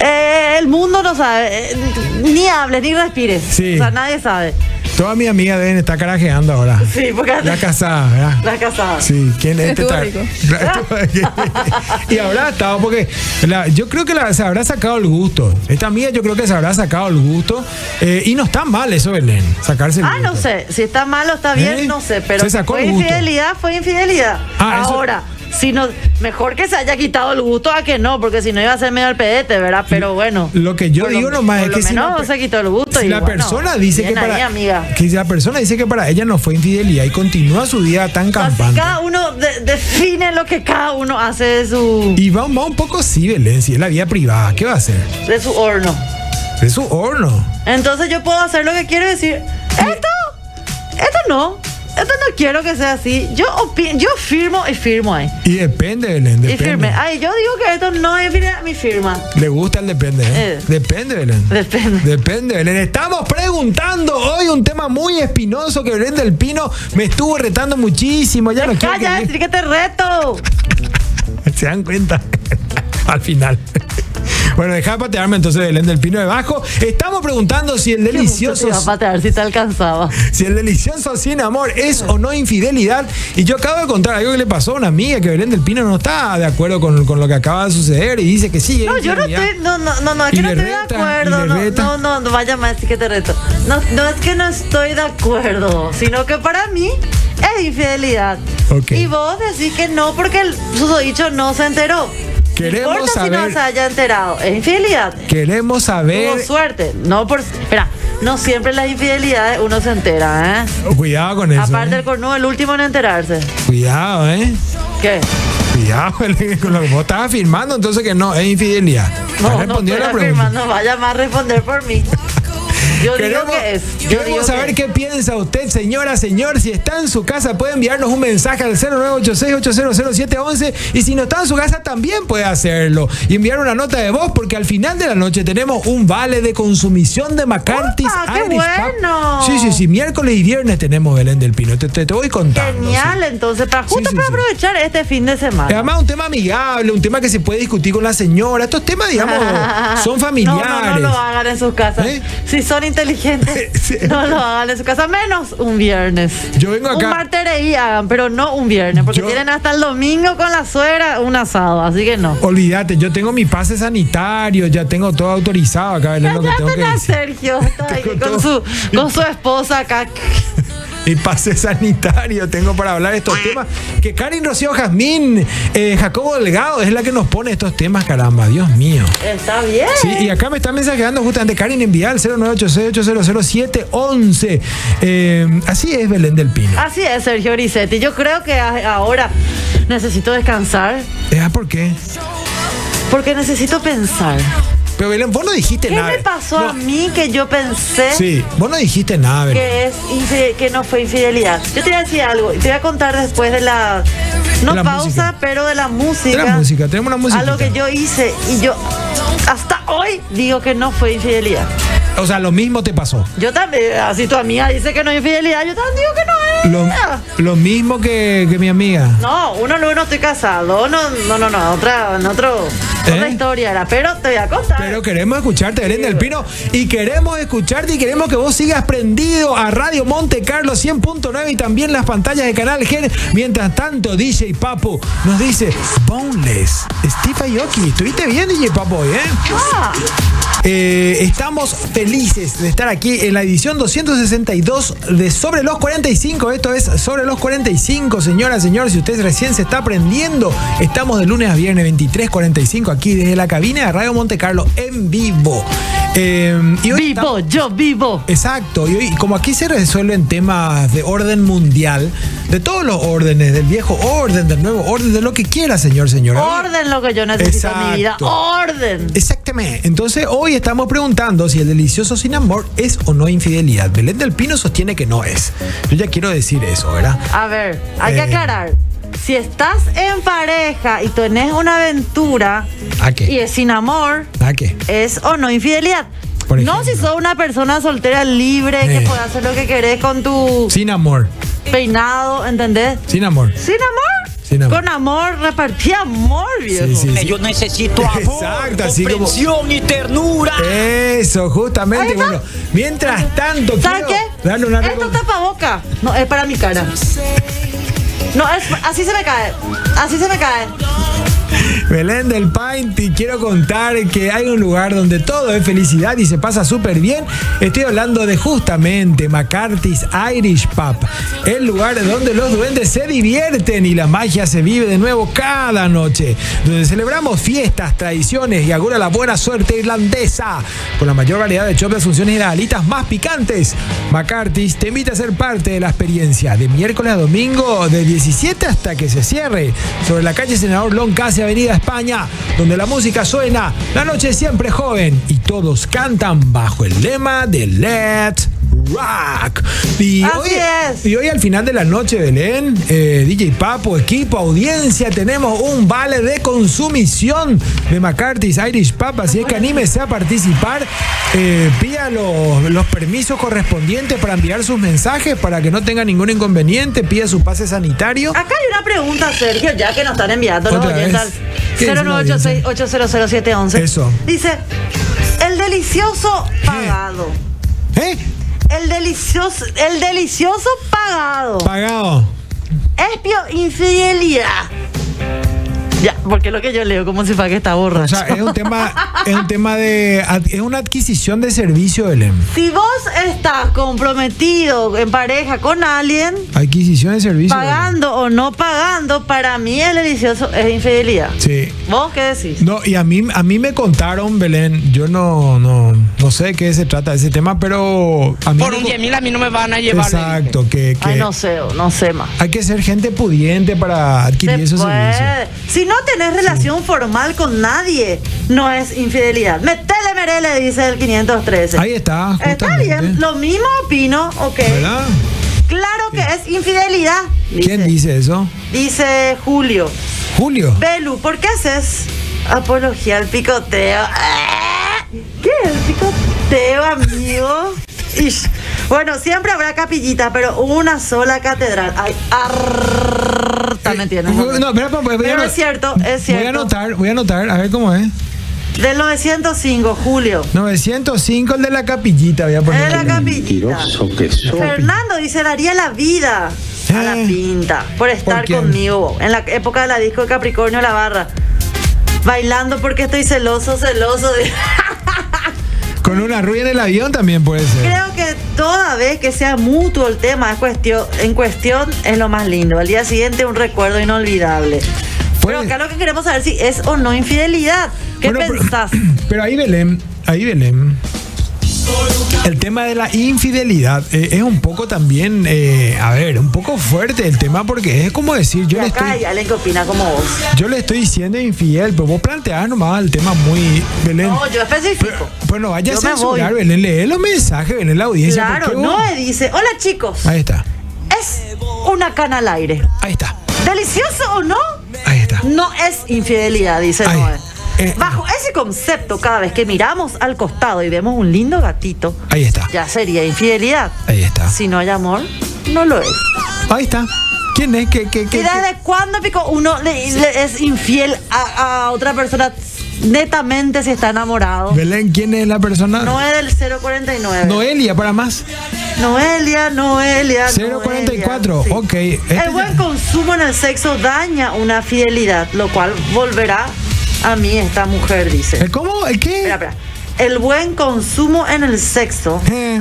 Eh, el mundo no sabe, eh, ni hables, ni respires. Sí. O sea, nadie sabe. Todas mis amigas deben estar carajeando ahora. Sí, porque La casada, ¿verdad? la casada. Sí, ¿quién es este Estuvo tar- y habrá estado, porque la- yo creo que la- se habrá sacado el gusto. Esta mía yo creo que se habrá sacado el gusto. Eh, y no está mal eso, Belén, sacarse el Ah, no gusto. sé, si está mal o está bien, ¿Eh? no sé, pero Se si sacó fue el gusto. infidelidad, fue infidelidad. Ah, eso- Ahora, si no, mejor que se haya quitado el gusto a que no, porque si no iba a ser medio al pedete, ¿verdad? Pero bueno. Lo que yo por digo lo- nomás es por lo que si, menos la, per- se quitó el gusto si y la bueno, persona dice que bien para ahí, amiga. que si la persona dice que para ella no fue infidelidad y continúa su vida tan Así campante. cada uno de- define lo que cada uno hace de su, Y va, va un poco sí, Belén, si es la vida privada, ¿qué va a hacer? de su horno. Es su horno. Entonces yo puedo hacer lo que quiero y decir, esto, esto no, esto no quiero que sea así. Yo, opi- yo firmo y firmo ahí. Y depende, Belén, Y depende. firme. Ay, yo digo que esto no es firme- mi firma. Le gusta el depende, ¿eh? Eh. Depende, Belén. Depende. Depende, Belén. Estamos preguntando hoy un tema muy espinoso que Belén del Pino me estuvo retando muchísimo. Ya no quiero Calla, que- decir que te reto. Se dan cuenta al final. Bueno, deja de patearme entonces Belén del Pino debajo. Estamos preguntando si el delicioso Te iba a patear si te alcanzaba. si el delicioso sin amor es o no infidelidad. Y yo acabo de contar algo que le pasó a una amiga que Belén del Pino no está de acuerdo con, con lo que acaba de suceder y dice que sí. es No, yo no infidelidad. estoy, no, no, no, no, es Y que no le estoy de reta, acuerdo. y le No, reta. no, no, no, vaya más, sí que te reto. No, no es que no estoy de acuerdo, sino que para mí es infidelidad. Ok. Y vos decís que no porque el susodicho no se enteró. Queremos no importa si saber- Eh, no se haya enterado, es infidelidad. Queremos Tuvo saber. suerte, no por... Espera, no siempre las infidelidades uno se entera, ¿eh? Cuidado con eso. Aparte eh. el cornudo, el último en enterarse. Cuidado, ¿eh? ¿Qué? Cuidado Belén, con lo que vos estás afirmando, entonces que no, es infidelidad. No, Has no respondido estoy la pues, pregunta. afirmando, vaya más a responder por mí. Yo digo queremos, que es. Yo queremos digo saber que- qué piensa usted, señora, señor. Si está en su casa, puede enviarnos un mensaje al 0986-800711. Y si no está en su casa, también puede hacerlo. Y enviar una nota de voz, porque al final de la noche tenemos un vale de consumición de McCarthy's ¡Opa, qué Irish Pub. bueno! Sí, sí, sí. Miércoles y viernes tenemos Belén del Pino. Te, te- te voy contando. Genial, sí. entonces, para justo sí, para sí. aprovechar este fin de Y semana. Además, un tema amigable, un tema que se puede discutir con la señora. Estos temas, digamos, son familiares. No, no, no lo hagan en sus casas. ¿Eh? Si son inteligentes, Sí. no lo hagan en su casa, menos un viernes. Yo vengo acá- Un martereí hagan, pero no un viernes, porque Yo- tienen hasta el domingo con la suegra un asado, así que no. Olvídate, yo tengo mi pase sanitario, ya tengo todo autorizado acá, Belén, lo que tengo Cállate que la decir. Sergio, está ahí Tengo con todo. su, con su esposa acá. Mi pase sanitario tengo para hablar estos temas. Que Karin Rocío Jazmín, eh, Jacobo Delgado, es la que nos pone estos temas, caramba, Dios mío. Está bien. Sí, y acá me están mensajeando justamente Karin Envial, 0986800711. Eh, así es Belén del Pino. Así es, Sergio Grisetti. Yo creo que a- ahora necesito descansar Eh, ah, ¿Por qué? porque necesito pensar. Pero Belén, vos no dijiste ¿Qué nada. me pasó No, a mí que yo pensé Sí, vos no dijiste nada, Belén. que, es infide- que no fue infidelidad? Yo te voy a decir algo y te voy a contar después de la, no De la pausa, música. pero de la De música. la música, tenemos una música. Algo que yo hice y yo hasta hoy digo que no fue infidelidad. O sea, lo mismo te pasó. Yo también, así tu amiga dice que no es infidelidad, yo también digo que no Lo, es. lo mismo que, que mi amiga. No, uno luego no estoy casado, no, no, no, no, otra, en otro, otra ¿Eh? historia era, pero te voy a contar. Pero queremos escucharte, Belén del Pino, y queremos escucharte y queremos que vos sigas prendido a Radio Monte Carlo 100.9 y también las pantallas de Canal Gen. Mientras tanto, DJ Papo nos dice, Boneless, Steve Aoki, estuviste bien DJ Papo hoy, ¿eh? Ah, Eh, estamos felices de estar aquí en la edición 262 de Sobre los 45. Esto es Sobre los 45, señora, señor. Si usted recién se está aprendiendo, estamos de lunes a viernes 23.45 aquí desde la cabina de Radio Monte Carlo en vivo. Eh, y hoy vivo, yo vivo. Exacto, y hoy, como aquí se resuelven temas de orden mundial, de todos los órdenes, del viejo orden, del nuevo orden, de lo que quiera, señor, señora. Orden lo que yo necesito en mi vida, ¿Eh? Exacto. orden. Exactamente. Entonces, hoy estamos preguntando si el delicioso sin amor es o no infidelidad. Belén del Pino sostiene que no es. Yo ya quiero decir eso, ¿verdad? A ver, hay Eh. que aclarar. Si estás en pareja y tenés una aventura ¿A qué? y es sin amor, ¿A qué? es o no infidelidad. Por No ejemplo. si sos una persona soltera libre Eh. que puede hacer lo que querés con tu Sin amor. peinado, ¿entendés? Sin amor. Sin amor. Sin amor. Con amor, repartí amor, viejo. Sí, sí, Me- sí. Yo necesito amor, Exacto, así como- comprensión y ternura. Eso, justamente. Ahí va. Bueno, mientras tanto, ¿Sabes quiero qué? darle una Esto recom- tapaboca. No, es para mi cara. No, es, así se me cae. Así se me cae. Belén del Paint y quiero contar que hay un lugar donde todo es felicidad y se pasa súper bien. Estoy hablando de justamente McCarthy's Irish Pub, el lugar donde los duendes se divierten y la magia se vive de nuevo cada noche, donde celebramos fiestas, tradiciones y augura la buena suerte irlandesa con la mayor variedad de chops, funciones y las alitas más picantes. McCarthy's te invita a ser parte de la experiencia de miércoles a domingo de 17 hasta que se cierre sobre la calle Senador Loncase, Avenida España, donde la música suena, la noche es siempre joven y todos cantan bajo el lema de Let's Rock. Y Así hoy, es. y hoy al final de la noche, Belén, eh, DJ Papo, equipo, audiencia, tenemos un vale de consumición de McCarthy's Irish Pub, así es que anímese a participar, eh, pida los, los permisos correspondientes para enviar sus mensajes, para que no tenga ningún inconveniente, pida su pase sanitario. Acá hay una pregunta, Sergio, ya que nos están enviando los Otra oyentes vez. al ¿Qué dice la audiencia? 0986-800711. Eso. Dice, el delicioso pagado. ¿Eh? El delicioso, el delicioso pagado. Pagado. Es pio- infidelidad. Ya, porque es lo que yo leo, como si para que está O borracho. sea, es un tema, es un tema de, ad- es una adquisición de servicio, Belén. Si vos estás comprometido en pareja con alguien, Adquisición de servicio. Belén. pagando o no pagando, para mí el delicioso es infidelidad. Sí. ¿Vos qué decís? No, y a mí, a mí me contaron, Belén, yo no, no, no sé de qué se trata ese tema, pero a mí Por me un co- 10 mil a mí no me van a llevar. le dije. Exacto, que, que Ay, no sé, no sé más. hay que ser gente pudiente para adquirir Se esos puede. servicios. Si no no tenés relación formal con nadie, no es infidelidad. Metele merele, dice el 513. Ahí está, Está justamente. ¿eh? bien, lo mismo opino, ok. ¿Verdad? Claro que es infidelidad. ¿Quién dice eso? Dice Julio. Julio. Belu, ¿por qué haces apología al picoteo? ¡Ah! ¿Qué es el picoteo, amigo? Ish. Bueno, siempre habrá capillita, pero una sola catedral. Ay, harta, ¿me entiendes? No, espera, espera, espera, Pero espera. es cierto, es Voy a cierto. anotar, voy a anotar, a ver cómo es. Del 905, Julio. 905, el de la capillita, voy a poner. De la capillita. Fernando dice, daría la vida a la Eh. pinta por estar quién? conmigo. En la época de la disco de Capricornio, la barra. Bailando porque estoy celoso, celoso. Con una rueda en el avión también puede ser. Creo que toda vez que sea mutuo el tema es cuestión, en cuestión es lo más lindo. Al día siguiente un recuerdo inolvidable. Puede- Pero acá lo que queremos saber si es o no infidelidad. ¿Qué Pues. Bueno, pero- pensás? Pero, ahí Belén, ahí Belén. El tema de la infidelidad eh, es un poco también, eh, a ver, un poco fuerte el tema porque es como decir, yo Y le acá estoy, hay alguien que opina como vos. yo le estoy diciendo infiel, pero vos planteás nomás el tema muy, Belén. No, yo especifico. Pues no vayas a Yo me censurar, voy. Belén, lee los mensajes, Belén, la audiencia. Claro, porque vos- no me dice, hola chicos, Ahí está, es una cana al aire. ahí está, ¿Delicioso o no? ahí está. No es infidelidad, dice Ay, Noé. eh, Bajo ese concepto, cada vez que miramos al costado y vemos un lindo gatito, Ahí está. ya sería infidelidad. Ahí está. Si no hay amor, no lo es. Ahí está. ¿Quién es? ¿Qué, qué, ¿Y qué, desde cuándo, Pico, uno le, le es infiel a, a otra persona netamente si está enamorado? qué? Belén, ¿quién es la persona? No era el 049. Noelia, para más. Noelia, Noelia. 044, Noelia, sí. ok. Este El ya- buen consumo en el sexo daña una fidelidad, lo cual volverá a mí esta mujer, dice. ¿El cómo? ¿El qué? Espera, espera. El buen consumo en el sexo Eh,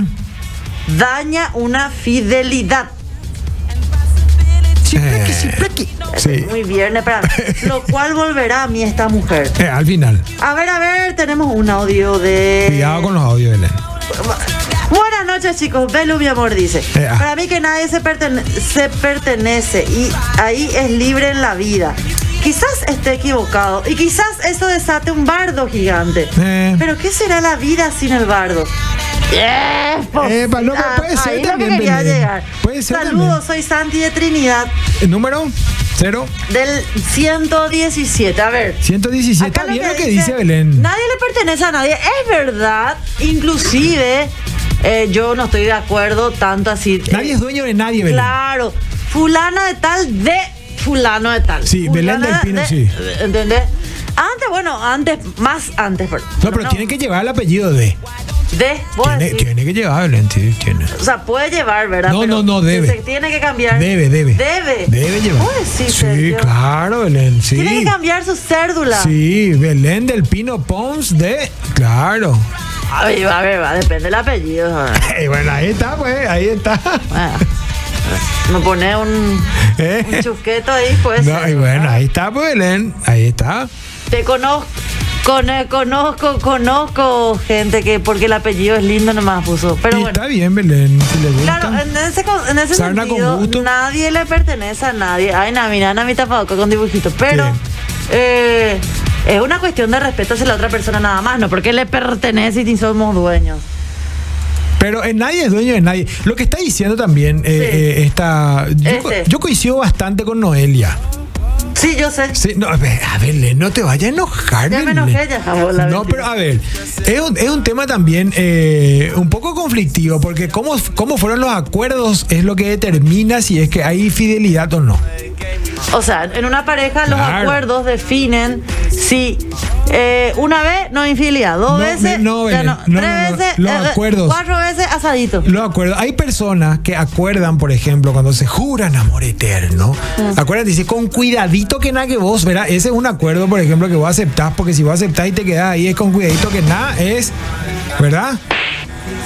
daña una fidelidad. eh, Sí. Muy bien, espera. Lo cual volverá a mí esta mujer. Eh, al final. A ver, a ver, tenemos un audio de. Cuidado con los audios, Belén. Buenas noches, chicos. Belu, mi amor, dice. Eh, ah. Para mí que nadie se, pertene- se pertenece y ahí es libre en la vida. Quizás esté equivocado y quizás eso desate un bardo gigante. Eh. Pero ¿qué será la vida sin el bardo? Epa, no, pero Ah, puede ser ahí también, lo que quería Belén. llegar. Puede ser Saludos, soy Santi de Trinidad también. Número cero, del 117. A ver. 117. Está Acá lo bien lo que dice Belén. Nadie le pertenece a nadie. Es verdad. Inclusive, eh, yo no estoy de acuerdo tanto así. Nadie Eh, es dueño de nadie, Belén. Claro. Fulano de tal de fulano de tal. Sí, Belén Fulana del Pino, de- sí. ¿Entendés? Antes, bueno, antes, más antes. Pero, No, pero tiene que llevar el apellido de. De, vos Tiene, decís. tiene que llevar, Belén. sí, tiene. O sea, puede llevar, ¿verdad? No, Pero no, no, debe. Se tiene que cambiar. Debe, debe. Debe. Debe llevar. Vos decís, Sí, Sergio. claro, Belén. Sí. Tiene que cambiar su cédula. Sí, Belén del Pino Pons de. Claro. A ver, a ver, va, depende del apellido. Eh, bueno, ahí está, pues, ahí está. Bueno, me pone un, Eh. un chusqueto ahí, pues. No, y bueno, ahí está, pues, Belén. Ahí está. Te conozco. con- eh, conozco, conozco gente que porque el apellido es lindo nomás puso. Pero y bueno, está bien, Belén. Si le gusta. claro, en ese, con- en ese Sarna con sentido, gusto. nadie le pertenece a nadie. Ay, na, mira, na, mi tapaboca con dibujitos. Pero eh, es una cuestión de respeto hacia la otra persona nada más, no porque le pertenece y ni somos dueños. Pero eh, nadie es dueño de nadie. Lo que está diciendo también eh, eh, esta. Yo, co- Este. yo coincido bastante con Noelia. Sí, yo sé. Sí, no, a ver, a ver, Len, no te vayas a enojar. Ya me Belén. enojé, ya, jabón, la No, mentira. pero a ver, es un, es un tema también eh, un poco conflictivo, porque cómo, cómo fueron los acuerdos es lo que determina si es que hay fidelidad o no. O sea, en una pareja los Claro. acuerdos definen si eh, una vez no infidelidad, dos No, veces, no, ya Belén, no, tres no, no, veces, los eh, acuerdos. cuatro veces asadito. Los acuerdos. Hay personas que acuerdan, por ejemplo, cuando se juran amor eterno. Acuérdate, dice, con cuidadito que nada que vos, ¿verdad? Ese es un acuerdo, por ejemplo, que vos aceptás, porque si vos aceptás y te quedás ahí, es con cuidadito que nada, es, ¿verdad?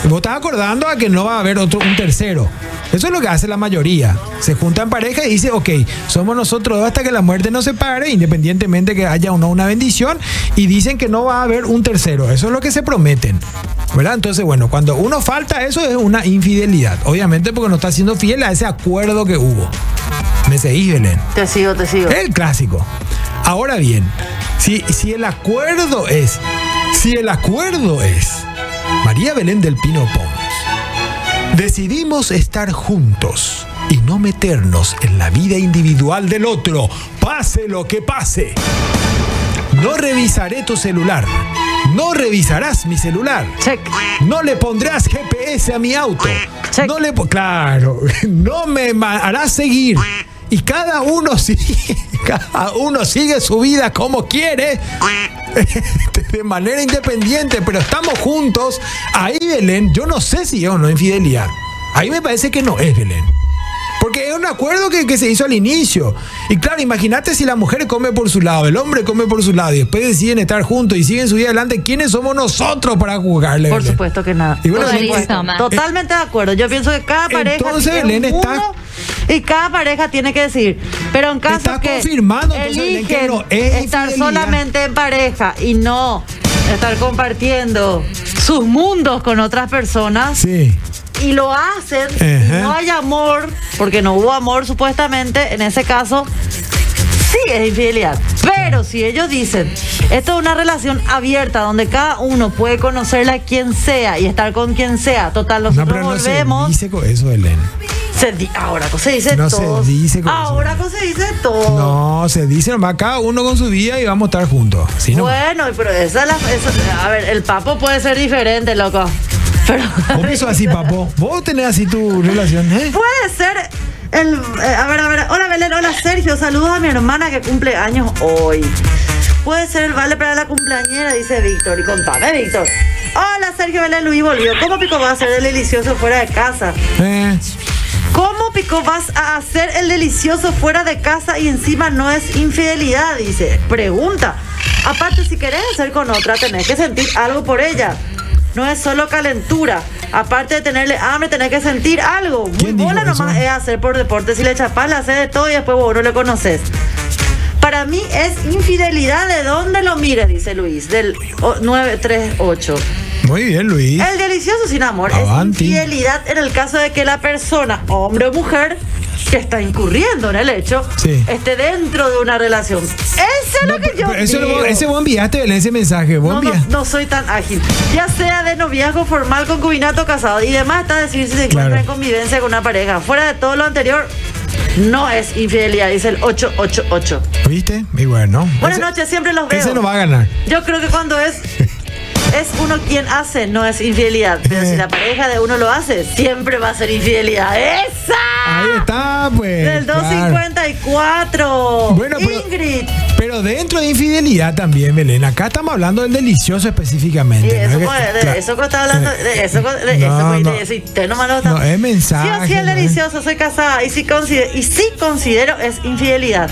Vos estás acordando a que no va a haber otro, un tercero. Eso es lo que hace la mayoría. Se juntan pareja y dice, ok, somos nosotros dos hasta que la muerte nos separe, independientemente que haya o no una bendición, y dicen que no va a haber un tercero. Eso es lo que se prometen. ¿Verdad? Entonces, bueno, cuando uno falta eso es una infidelidad. Obviamente porque no está siendo fiel a ese acuerdo que hubo. ¿Me seguís, Belén? ¿Eh? Te sigo, te sigo. El clásico. Ahora bien, si, si el acuerdo es, si el acuerdo es, María Belén del Pino Pons, decidimos estar juntos y no meternos en la vida individual del otro, pase lo que pase. No revisaré tu celular. No revisarás mi celular. Check. No le pondrás GPS a mi auto. Check. No le po- claro, no me ma- harás seguir. Y cada uno sigue, cada uno sigue su vida como quiere, de manera independiente, pero estamos juntos. Ahí Belén, yo no sé si es o no infidelidad. Ahí me parece que no es Belén. Porque es un acuerdo que, que se hizo al inicio. Y claro, imagínate si la mujer come por su lado, el hombre come por su lado y después deciden estar juntos y siguen su vida adelante. ¿Quiénes somos nosotros para juzgarle? Por Belén? supuesto que nada. Y bueno, Por Belén, supuesto. toma. Totalmente de acuerdo. Yo pienso que cada pareja Entonces, tiene un Belén está- mundo y cada pareja tiene que decir, pero en caso Está que confirmando, entonces, Belén, que eligen no es infidelidad. estar solamente en pareja y no estar compartiendo sus mundos con otras personas Sí. y lo hacen Ejé. y no hay amor, porque no hubo amor supuestamente, en ese caso sí es infidelidad. Pero si ellos dicen, esto es una relación abierta donde cada uno puede conocerla a quien sea y estar con quien sea, total, No, nosotros pero no se volvemos. dice con eso, Belén. se di- ahora se dice No se todo. dice con eso. ahora se dice todo. No, se dice nomás cada uno con su vida y vamos a estar juntos. Sí, nomás. Bueno, pero esa es la. esa- a ver, el papo puede ser diferente, loco. Pero. ¿Vos sos así, papo? ¿Vos tenés así tu relación, eh? Puede ser el. eh, a ver, a ver. Hola Belén, hola Sergio. Saludos a mi hermana que cumple años hoy. Puede ser el vale para la cumpleañera, dice Víctor. Y contame, Víctor. Hola Sergio Belén Luis volvió. ¿Cómo pico va a ser el delicioso fuera de casa? Eh, ¿Cómo pico vas a hacer el delicioso fuera de casa y encima no es infidelidad? Dice, pregunta. Aparte, si querés hacer con otra, tenés que sentir algo por ella. No es solo calentura. Aparte de tenerle hambre, tenés que sentir algo. Muy ¿Quién dijo bola eso? nomás es hacer por deporte. Si le chapás, la haces de todo y después vos no le conoces. Para mí es infidelidad de dónde lo mires, dice Luis, del o- 938. muy bien, Luis. El delicioso sin amor Avanti. es infidelidad en el caso de que la persona, hombre o mujer, que está incurriendo en el hecho, Sí. esté dentro de una relación. Eso es lo que yo Pero eso lo- digo. ese vos enviaste, Belén, ese mensaje. Vos no, no, enviaste. no soy tan ágil. Ya sea de noviazgo formal, concubinato, casado y demás, está decir si se encuentra Claro. en convivencia con una pareja. Fuera de todo lo anterior, no es infidelidad, dice el 888. ¿Viste? Y bueno. Buenas ese- noches, siempre los veo. Ese no va a ganar. Yo creo que cuando es es uno quien hace, no es infidelidad. Pero si la pareja de uno lo hace, siempre va a ser infidelidad. Ahí ¡Esa! está, pues. Del claro. 254. Bueno, pero- Ingrid. Pero dentro de infidelidad también, Belén. Acá estamos hablando del delicioso Sí, específicamente. eso, ¿no? Que- fue- de claro. eso que está hablando, de eso, de No, eso, güey, de no. eso, y usted nomás lo está- No, es mensaje, Sí, o sí, es no ¿Eh? es- delicioso, soy casada y sí, considero, y sí considero es infidelidad.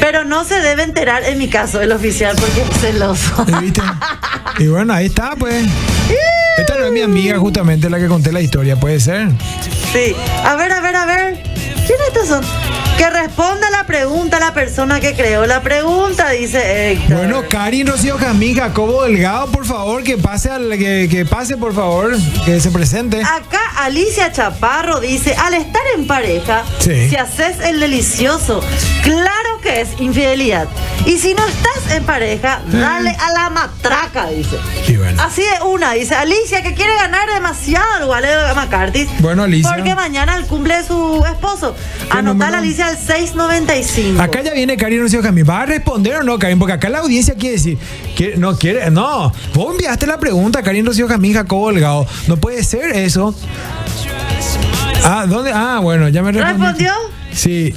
Pero no se debe enterar en mi caso el oficial porque es celoso. ¿Y viste? Y bueno, ahí está, pues. Esta no es mi amiga, justamente la que conté la historia, puede ser. Sí. A ver, a ver, a ver. ¿Quiénes estos son? Que responda la pregunta la persona que creó la pregunta, dice Héctor. Bueno, Karin Rocío Camín, Jacobo Delgado, por favor, que pase, al, que, que pase, por favor, que se presente. Acá Alicia Chaparro dice, al estar en pareja, Sí. si haces el delicioso, claro que es infidelidad. Y si no estás en pareja, dale a la matraca, dice. Mm. Y bueno. Así de una, dice Alicia, que quiere ganar demasiado el Waleo de McCarthy. Bueno, Alicia. Porque mañana el cumple de su esposo. Anotar número? a Alicia al 695. Acá ya viene Karin Rocío Camín. ¿Va a responder o no, Karin? Porque acá la audiencia quiere decir. que no quiere. No. Vos enviaste la pregunta, Karin Rocío Camín, Jacobo Delgado. No puede ser eso. Ah, ¿dónde? Ah, bueno, ya me respondió. ¿Respondió? Sí.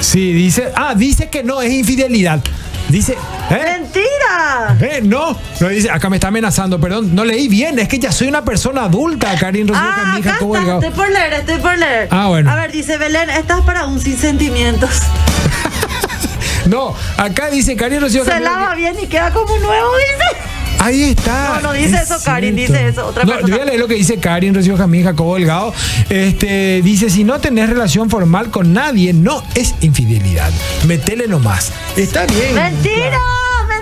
Sí, dice. Ah, dice que no, es infidelidad. Dice. ¿Eh? ¡Mentira! Eh, no, no dice, acá me está amenazando, perdón, no leí bien, es que ya soy una persona adulta, Karin Rocío Ah, Camín, acá Jacobo está, Delgado. estoy por leer, estoy por leer. Ah, bueno. A ver, dice Belén, estás para un sin sentimientos. No, acá dice Karin Rocío Se Camín. lava bien y queda como nuevo, dice. Ahí está. No, no dice eso, Karin, dice eso, otra no, persona. Yo voy a leer lo que dice Karin Rocío Jamín Jacobo Delgado. Este, dice, si no tenés relación formal con nadie, no es infidelidad. Metele nomás. Está bien. ¡Mentira!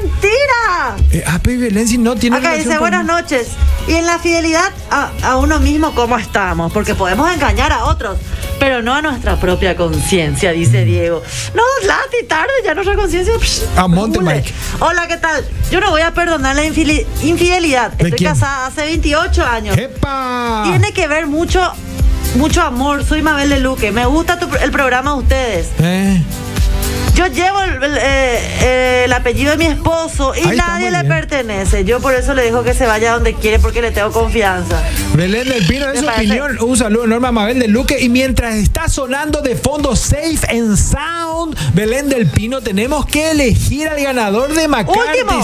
mentira. Eh, AP y Belén si no tiene Acá dice buenas buenas noches. Y en la fidelidad a, a uno mismo, ¿cómo estamos? Porque podemos engañar a otros, pero no a nuestra propia conciencia, dice Diego. No, Lati, tarde, ya nuestra conciencia. psh, A Ah, monte, hule. Mike. Hola, ¿qué tal? Yo no voy a perdonar la infili- infidelidad. Estoy quién? casada hace 28 años. ¡Epa! Tiene que ver mucho, mucho amor. Soy Mabel de Luque. Me gusta tu- el programa de ustedes. Eh, Yo llevo el, el, eh, eh, el apellido de mi esposo y Ahí está, nadie muy le bien. pertenece. Yo por eso le dejo que se vaya donde quiere porque le tengo confianza. Belén del Pino, es Me su parece- opinión. Un saludo enorme a Mabel de Luque. Y mientras está sonando de fondo Safe and Sound, Belén del Pino, tenemos que elegir al ganador de McCarthy's. Último.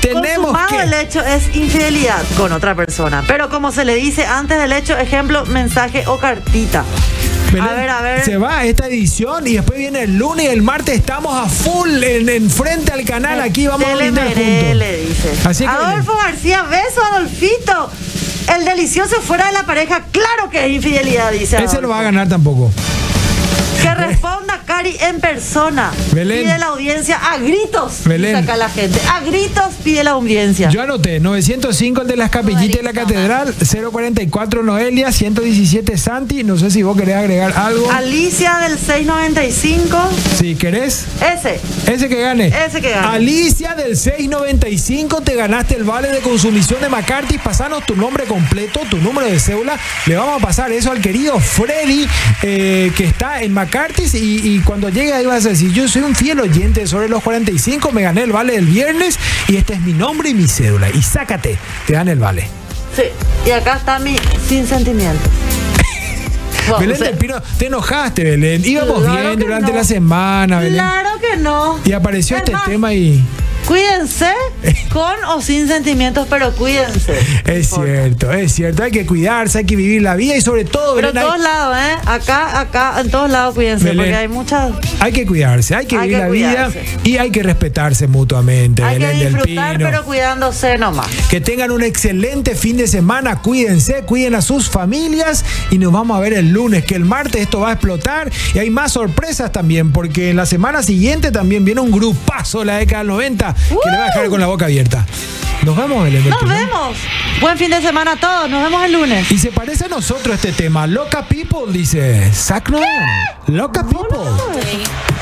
Tenemos Consumado que. el hecho es infidelidad con otra persona. Pero como se le dice antes del hecho, ejemplo, mensaje o cartita. a Belén, ver, a ver. Se va esta edición y después viene el lunes y el martes estamos a full en, en frente al canal. Aquí vamos a Eh, Tele brindar Meré, juntos. le dice. Así que, Adolfo García, beso, Adolfito. El delicioso fuera de la pareja, claro que es infidelidad, Ese dice. no Adolfo. va a ganar tampoco. Que responda Cari en persona. Belén. Pide la audiencia a gritos. Belén. Saca la gente. A gritos pide la audiencia. Yo anoté 905 el de las capillitas de la catedral, 044 Noelia, 117 Santi. No sé si vos querés agregar algo. Alicia del 695. Si querés, Ese. ese que gane. Ese que gane. Alicia del 695, te ganaste el vale de consumición de McCarthy. Pasanos tu nombre completo, tu número de cédula. Le vamos a pasar eso al querido Freddy, eh, que está en McCarthy. Y, y cuando llegue ahí vas a decir: Yo soy un fiel oyente sobre los 45, me gané el vale del viernes. Y este es mi nombre y mi cédula. Y sácate, te dan el vale. Sí. Y acá está mi sin sentimiento. Bueno, Belén o sea, del Pino, te enojaste, Belén. Íbamos Claro bien que durante no. la semana, Belén. Claro que no. Y apareció Es este más, tema y. Cuídense con o sin sentimientos, pero cuídense. Es Por- cierto, es cierto. Hay que cuidarse, hay que vivir la vida y sobre todo, Pero en Belén, hay, todos lados, ¿eh? Acá, acá, en todos lados cuídense, Belén. porque hay muchas. hay que cuidarse, hay que Hay vivir que la cuidarse. vida y hay que respetarse mutuamente. Hay que Belén del disfrutar, Pino. pero cuidándose nomás. Que tengan un excelente fin de semana. Cuídense, cuiden a sus familias y nos vamos a ver el lunes, que el martes esto va a explotar y hay más sorpresas también, porque en la semana siguiente también viene un grupazo de la década del 90 que le va a dejar con la boca abierta. Nos vemos, Belén. del Nos Pino. vemos. Buen fin de semana a todos. Nos vemos el lunes. Y se parece a nosotros este tema. Loca People, dice Zac Loca People.